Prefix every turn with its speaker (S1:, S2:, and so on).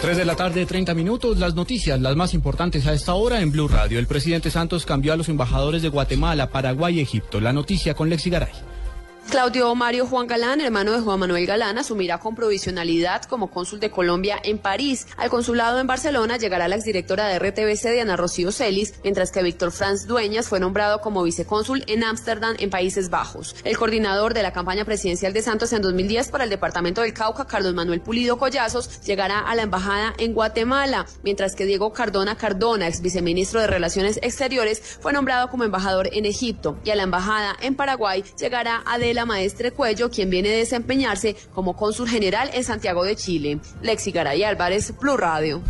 S1: 3 de la tarde, 30 minutos. Las noticias, las más importantes a esta hora en Blue Radio. El presidente Santos cambió a los embajadores de Guatemala, Paraguay y Egipto. La noticia con Lexi Garay.
S2: Claudio Mario Juan Galán, hermano de Juan Manuel Galán, asumirá con provisionalidad como cónsul de Colombia en París. Al consulado en Barcelona llegará la exdirectora de RTBC Diana Rocío Celis, mientras que Víctor Franz Dueñas fue nombrado como vicecónsul en Ámsterdam, en Países Bajos. El coordinador de la campaña presidencial de Santos en 2010 para el departamento del Cauca, Carlos Manuel Pulido Collazos, llegará a la embajada en Guatemala, mientras que Diego Cardona Cardona, ex viceministro de Relaciones Exteriores, fue nombrado como embajador en Egipto. Y a la embajada en Paraguay llegará Adel la Maestre Cuello, quien viene a desempeñarse como cónsul general en Santiago de Chile. Lexi Garay Álvarez, Blue Radio.